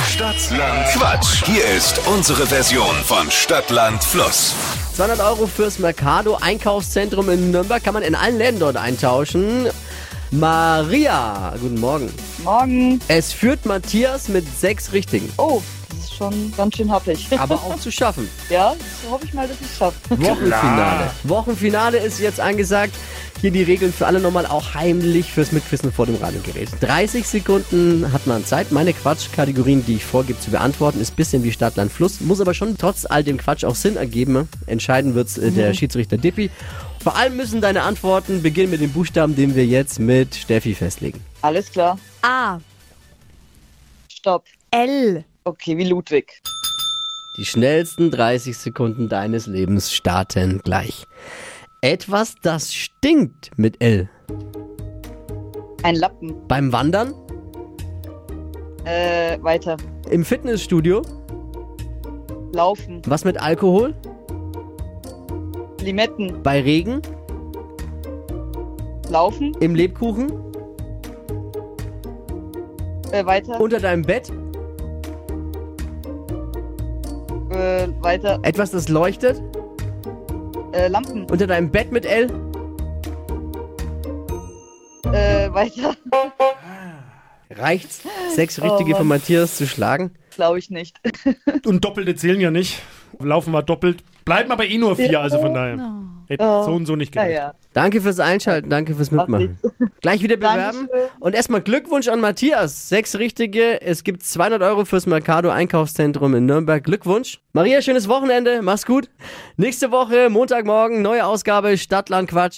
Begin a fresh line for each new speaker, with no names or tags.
Stadtland Quatsch. Hier ist unsere Version von Stadtland Fluss.
200 Euro fürs Mercado Einkaufszentrum in Nürnberg kann man in allen Läden dort eintauschen. Maria, guten Morgen.
Morgen.
Es führt Matthias mit sechs Richtigen,
Oh, das ist schon ganz schön happig.
aber auch zu schaffen.
ja, so hoffe ich mal, dass ich es schaffe.
Wochenfinale. Wochenfinale ist jetzt angesagt. Hier die Regeln für alle nochmal auch heimlich fürs Mitquissen vor dem Radiogerät. 30 Sekunden hat man Zeit. Meine Quatschkategorien, die ich vorgebe zu beantworten, ist bisschen wie Stadt, Land, Fluss. Muss aber schon trotz all dem Quatsch auch Sinn ergeben. Entscheiden wird's äh, der Schiedsrichter Dippi. Vor allem müssen deine Antworten beginnen mit dem Buchstaben, den wir jetzt mit Steffi festlegen.
Alles klar.
A.
Stopp.
L.
Okay, wie Ludwig.
Die schnellsten 30 Sekunden deines Lebens starten gleich. Etwas, das stinkt mit L.
Ein Lappen.
Beim Wandern?
Äh, weiter.
Im Fitnessstudio?
Laufen.
Was mit Alkohol?
Limetten.
Bei Regen?
Laufen.
Im Lebkuchen?
Äh, weiter.
Unter deinem Bett?
Äh, weiter.
Etwas, das leuchtet?
Äh, Lampen.
Unter deinem Bett mit L?
Äh, weiter.
Reicht's? Sechs richtige
Oh Mann.
von Matthias zu schlagen?
Glaube ich nicht.
Genau.
Und Doppelte zählen ja nicht. Laufen war doppelt. Bleiben aber eh nur vier, also von daher. Hätte
Oh.
so und so nicht gereicht.
Naja.
Danke fürs Einschalten, danke fürs Mitmachen. Gleich wieder bewerben.
Dankeschön.
Und erstmal Glückwunsch an Matthias. Sechs richtige. Es gibt 200 Euro fürs Mercado Einkaufszentrum in Nürnberg. Glückwunsch. Maria, schönes Wochenende. Mach's gut. Nächste Woche, Montagmorgen, neue Ausgabe Stadtland Quatsch.